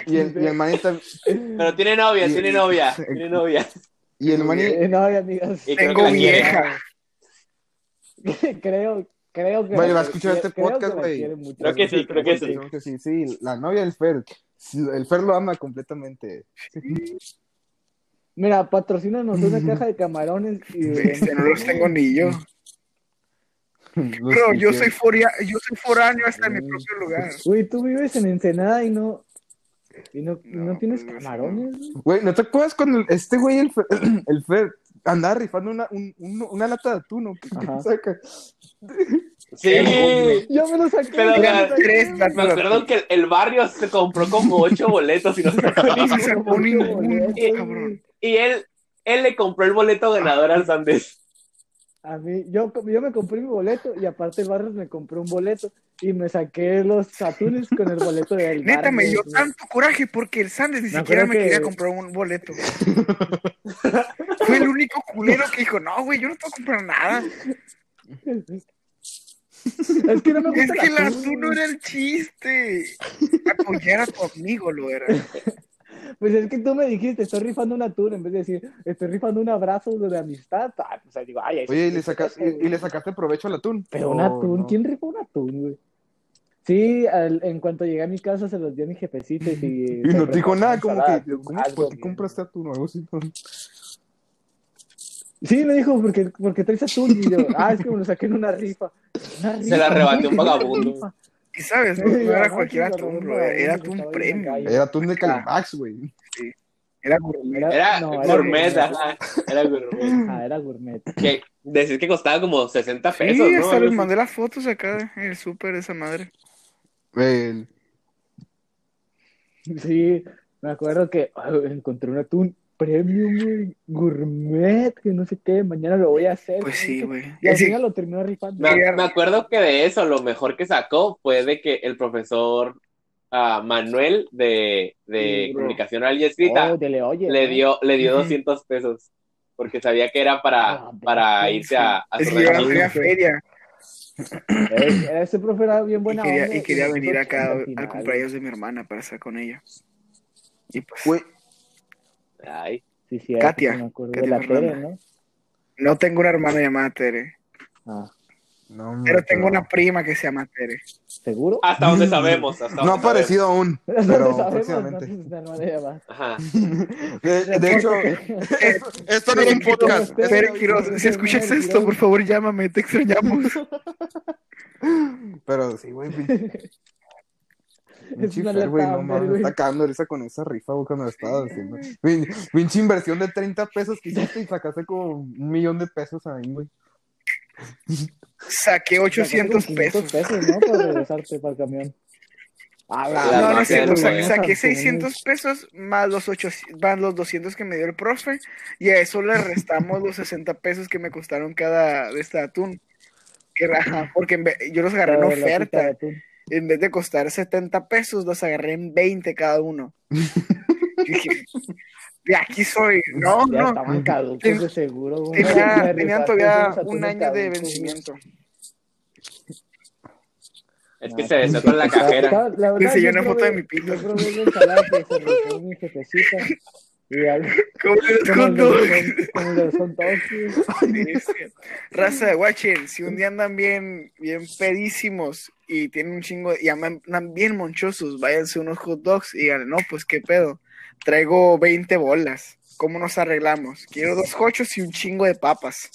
Speaker 1: y el, y el Manny también.
Speaker 2: Pero tiene novia,
Speaker 1: Y-
Speaker 2: tiene novia, tiene novia.
Speaker 1: Y el Manny.
Speaker 3: eh, no, amigas,
Speaker 2: Y creo que
Speaker 4: Tengo
Speaker 2: la quiere.
Speaker 4: vieja.
Speaker 3: creo, creo que...
Speaker 1: Vale, va a
Speaker 3: me
Speaker 1: escuchar este
Speaker 3: quiere- creo
Speaker 1: podcast,
Speaker 3: que me
Speaker 1: güey.
Speaker 3: quiere mucho.
Speaker 2: Creo que sí, creo que sí.
Speaker 1: Creo que sí, sí, la novia del Fer. El Fer lo ama completamente.
Speaker 3: Mira, patrocínanos una caja de camarones y...
Speaker 4: Este, no los tengo ni yo. Bro, yo soy, foria- yo soy foráneo hasta en mi propio lugar.
Speaker 3: Güey, tú vives en Ensenada y no. Y no, y no
Speaker 4: No,
Speaker 3: tienes
Speaker 4: pues,
Speaker 3: camarones, güey.
Speaker 1: Güey, ¿no te acuerdas cuando el- este güey, el Fer, el Fer, andaba rifando una, un- un- una lata de atún? ¿no?
Speaker 3: Ajá.
Speaker 1: Saca.
Speaker 2: Sí.
Speaker 3: Yo me lo saqué.
Speaker 2: Pero
Speaker 3: yo me lo
Speaker 2: la-
Speaker 3: saqué,
Speaker 4: tres,
Speaker 3: güey.
Speaker 4: la-
Speaker 2: Me acuerdo que el, el barrio se compró como ocho boletos y no sacó
Speaker 4: No se
Speaker 2: ninguno.
Speaker 4: sacó ninguno,
Speaker 3: Boletos,
Speaker 4: cabrón.
Speaker 2: Y él, él le compró el boleto ganador al Sandés.
Speaker 3: A mí, yo, yo me compré mi boleto y aparte el Barros me compró un boleto y me saqué los atunes con el boleto de él.
Speaker 4: Neta, me dio tanto coraje porque el Sandes ni
Speaker 3: Me
Speaker 4: siquiera me
Speaker 3: acuerdo que-
Speaker 4: quería comprar un boleto. Fue el único culero que dijo, no, güey, yo no te voy a comprar nada.
Speaker 3: Es que no me
Speaker 4: Es
Speaker 3: gusta
Speaker 4: que el
Speaker 3: la
Speaker 4: azul no era el chiste. Apoyar a tu amigo lo era.
Speaker 3: Pues es que tú me dijiste, estoy rifando un atún, en vez de decir, estoy rifando un abrazo de amistad. Ah,
Speaker 2: pues
Speaker 3: o sea, digo, ay, ay,
Speaker 1: Oye, ¿y
Speaker 3: sí,
Speaker 1: le,
Speaker 3: sí,
Speaker 1: saca-
Speaker 3: sí,
Speaker 1: y, y le sacaste provecho al atún?
Speaker 3: Pero un
Speaker 1: ¿O
Speaker 3: atún,
Speaker 1: Oh, no?
Speaker 3: ¿quién rifó un atún, güey? Sí, al- en cuanto llegué a mi casa se los di a mi jefecito y...
Speaker 1: Y no te dijo nada, como que, ¿cómo,
Speaker 3: algo
Speaker 1: ¿por qué
Speaker 3: bien.
Speaker 1: compraste atún o algo así?
Speaker 3: Sí, me dijo, porque, porque traes atún. Y yo, ah, es que me lo saqué en una rifa. Una rifa,
Speaker 2: la rebateó un
Speaker 3: güey, una
Speaker 2: vagabundo.
Speaker 3: rifa.
Speaker 4: Y sabes, no,
Speaker 3: Sí,
Speaker 4: No era
Speaker 3: ajá,
Speaker 4: cualquier
Speaker 3: sí, la
Speaker 4: atún,
Speaker 3: verdad,
Speaker 4: bro. Era
Speaker 3: estaba
Speaker 4: atún
Speaker 3: bien
Speaker 4: premio.
Speaker 3: acá.
Speaker 1: Era atún de Calimax, güey.
Speaker 4: Era gourmet.
Speaker 2: Era
Speaker 3: no,
Speaker 2: gourmet,
Speaker 3: gourmet.
Speaker 2: ajá. Era gourmet.
Speaker 3: Ah, era gourmet.
Speaker 2: Que decís que costaba como 60
Speaker 4: Sí,
Speaker 2: pesos, ¿no?
Speaker 4: hasta
Speaker 2: Algo
Speaker 4: les
Speaker 2: así.
Speaker 4: mandé las fotos acá en el súper de esa madre.
Speaker 1: El-
Speaker 3: Sí, me acuerdo que ah, encontré un atún premium, güey, gourmet, que no sé qué, mañana lo voy a hacer.
Speaker 4: Pues
Speaker 3: güey.
Speaker 4: sí, güey.
Speaker 3: Y al
Speaker 4: Sí,
Speaker 3: final lo terminó rifando. Oh,
Speaker 2: Me, me acuerdo que de eso lo mejor que sacó fue de que el profesor ah, Manuel de, de
Speaker 4: Sí, bro.
Speaker 2: comunicación oral y escrita
Speaker 3: Oh, de le oye,
Speaker 2: le
Speaker 3: ¿no?
Speaker 2: dio le dio
Speaker 4: Ujú.
Speaker 2: 200 pesos porque sabía que era para,
Speaker 3: Ah,
Speaker 2: para
Speaker 3: sí,
Speaker 2: irse a, a
Speaker 4: Es
Speaker 2: su
Speaker 4: que yo
Speaker 2: regalo.
Speaker 4: no tenía feria
Speaker 3: Eh, Era ese profe era bien
Speaker 4: y
Speaker 3: buena
Speaker 4: quería,
Speaker 3: onda,
Speaker 4: y quería venir
Speaker 3: nosotros
Speaker 4: acá
Speaker 3: al
Speaker 4: al
Speaker 3: final, ¿eh?
Speaker 4: cumpleaños de mi hermana para estar con ella. Y pues,
Speaker 1: Güey,
Speaker 2: Ay,
Speaker 3: Sí, sí, era
Speaker 4: Katia,
Speaker 3: que me acuerdo
Speaker 4: Katia
Speaker 3: de la
Speaker 4: Fernanda.
Speaker 3: Tere, ¿no?
Speaker 4: no tengo una hermana llamada Tere,
Speaker 3: Ah,
Speaker 1: no, hombre,
Speaker 4: pero tengo
Speaker 1: pero-
Speaker 4: una prima que se llama Tere.
Speaker 3: ¿seguro?
Speaker 2: hasta donde sabemos. Hasta
Speaker 1: No ha
Speaker 2: donde sabemos.
Speaker 1: aparecido aún,
Speaker 3: No
Speaker 1: pero
Speaker 3: sabemos,
Speaker 1: próximamente.
Speaker 3: no, no, no, no, no, no.
Speaker 2: Ajá.
Speaker 1: De, de hecho, esto, esto no es un podcast.
Speaker 3: Tere,
Speaker 1: esto-
Speaker 4: Tere Quiroz, si escuchas
Speaker 3: Tere
Speaker 4: esto,
Speaker 3: Quiroz.
Speaker 4: por favor llámame, te extrañamos.
Speaker 1: Pero sí, güey, pinche
Speaker 3: Es una
Speaker 1: Fer, güey,
Speaker 3: alerta
Speaker 1: no
Speaker 3: Amber,
Speaker 1: mames, me
Speaker 3: güey.
Speaker 1: está cagando de risa con esa rifa, güey, cuando la estaba haciendo. Pin- Pinche inversión de 30 pesos que hiciste y sacaste como un millón de pesos ahí, güey.
Speaker 4: Saqué 800
Speaker 3: Sacaste
Speaker 4: pesos.
Speaker 3: 500 pesos, ¿no? Para regresarte para el camión. Ah,
Speaker 2: la
Speaker 4: No, no
Speaker 2: verdad,
Speaker 4: es cierto,
Speaker 2: sí,
Speaker 4: sa-
Speaker 2: güey.
Speaker 4: saqué 600 pesos más los, 800, más los 200 que me dio el profe y a eso le restamos los 60 pesos que me costaron cada de este atún. Que raja, porque en ve- yo los agarré en oferta. En vez de costar 70 pesos, los agarré en 20 cada uno. Yo dije, de aquí soy. No,
Speaker 3: Ya
Speaker 4: no.
Speaker 3: estaban caducos de seguro. güey.
Speaker 4: Tenía,
Speaker 3: Me
Speaker 4: tenía
Speaker 3: rifaste
Speaker 4: todavía
Speaker 3: esos atunes
Speaker 4: un año de
Speaker 3: caducos,
Speaker 4: vencimiento.
Speaker 2: Es que
Speaker 3: Ah,
Speaker 2: se
Speaker 3: sí,
Speaker 2: besó con la
Speaker 3: güey.
Speaker 2: cajera.
Speaker 3: Estaba- la verdad,
Speaker 4: Enseñó
Speaker 3: yo
Speaker 4: una foto
Speaker 3: probé-
Speaker 4: de mi pito.
Speaker 3: Yo probé la ensalada que se rifó mi jefecita. Y al-
Speaker 4: ¿Cómo los
Speaker 3: como
Speaker 4: hot
Speaker 3: los
Speaker 4: dogs?
Speaker 3: son- como los son todos, güey.
Speaker 4: Este, Raza, guachen, si un día andan bien, bien pedísimos y tienen un chingo, y andan andan bien monchosos, váyanse unos hot dogs y digan, no, pues qué pedo, traigo 20 bolas, ¿cómo nos arreglamos? Quiero dos cochos y un chingo de papas.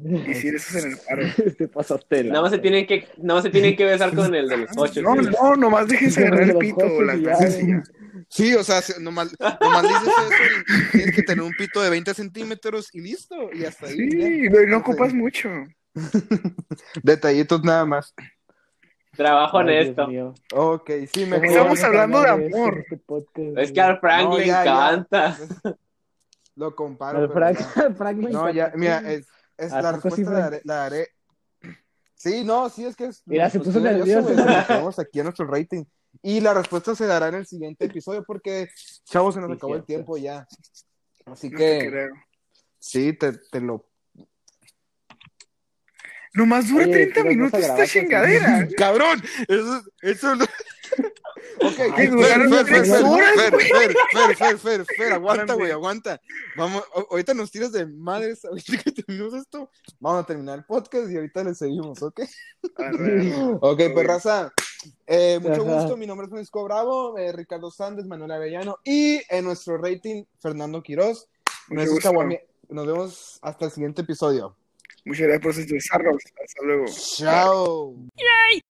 Speaker 4: Y si eso en el paro.
Speaker 3: Te este, pasaste de
Speaker 2: Nada más se
Speaker 3: lanza.
Speaker 2: tienen que, nada más se tienen que besar con el de los ocho.
Speaker 4: No,
Speaker 2: sí.
Speaker 4: no, nomás déjense agarrar el
Speaker 3: Los
Speaker 4: pito,
Speaker 3: coches
Speaker 4: o las
Speaker 3: y ya,
Speaker 4: veces y
Speaker 3: güey.
Speaker 4: ya.
Speaker 1: Sí, o sea, si- nomás, nomás dices eso y tienes que tener un pito de 20 centímetros y listo, y hasta ahí. ya.
Speaker 4: Sí, no, no ocupas mucho.
Speaker 1: Detallitos nada más.
Speaker 2: Trabajo en
Speaker 3: Ay, Dios
Speaker 2: esto.
Speaker 3: mío.
Speaker 1: Ok, sí, me
Speaker 3: ¿Cómo
Speaker 4: Estamos
Speaker 3: vamos a
Speaker 4: hablando
Speaker 3: hablar
Speaker 4: de
Speaker 3: esto
Speaker 4: amor.
Speaker 3: en este podcast,
Speaker 2: Es que al Frank
Speaker 1: No,
Speaker 2: le
Speaker 1: ya, ya.
Speaker 2: encanta.
Speaker 1: Lo comparo.
Speaker 3: Al
Speaker 1: pero
Speaker 3: Frank,
Speaker 1: ya.
Speaker 3: al Frank me
Speaker 1: No, ya,
Speaker 3: encanta.
Speaker 1: mira, es, es
Speaker 3: ¿A
Speaker 1: la
Speaker 3: poco sí,
Speaker 1: respuesta la daré, la daré. Sí, no, sí, es que es.
Speaker 3: Mira, se
Speaker 1: pues,
Speaker 3: puso
Speaker 1: estoy
Speaker 3: nervioso.
Speaker 1: güey, porque Estamos aquí en nuestro rating. Y la respuesta se dará en el siguiente episodio porque, chavos, se nos
Speaker 3: Sí,
Speaker 1: acabó el
Speaker 3: cierto.
Speaker 1: tiempo ya. Así
Speaker 4: No te
Speaker 1: que,
Speaker 4: creo.
Speaker 1: sí, te, te lo.
Speaker 4: Nomás dura
Speaker 3: Oye,
Speaker 4: 30
Speaker 3: pero no se
Speaker 4: minutos
Speaker 3: grabó,
Speaker 4: esta
Speaker 3: sí.
Speaker 4: chingadera.
Speaker 1: ¡Cabrón! Eso, eso no. Ok,
Speaker 4: que duraron tres horas,
Speaker 1: Fer,
Speaker 4: güey.
Speaker 1: Fer, Fer, Fer, Fer, Fer, aguanta,
Speaker 4: Espérame.
Speaker 1: güey, aguanta. Vamos, a- ahorita nos tiras de madres, ahorita que terminamos esto, vamos a terminar el podcast y ahorita le seguimos, ¿ok?
Speaker 4: Arre.
Speaker 1: Ok, pues
Speaker 4: bien.
Speaker 1: raza, eh, mucho
Speaker 3: Ajá.
Speaker 1: gusto, mi nombre es Francisco Bravo, eh, Ricardo Sández, Manuel Avellano y en nuestro rating, Fernando Quiroz.
Speaker 4: Mucho
Speaker 1: Nos,
Speaker 4: gusto.
Speaker 1: nos vemos hasta el siguiente episodio.
Speaker 4: Muchas gracias por sintonizarnos. Hasta luego.
Speaker 1: Chao.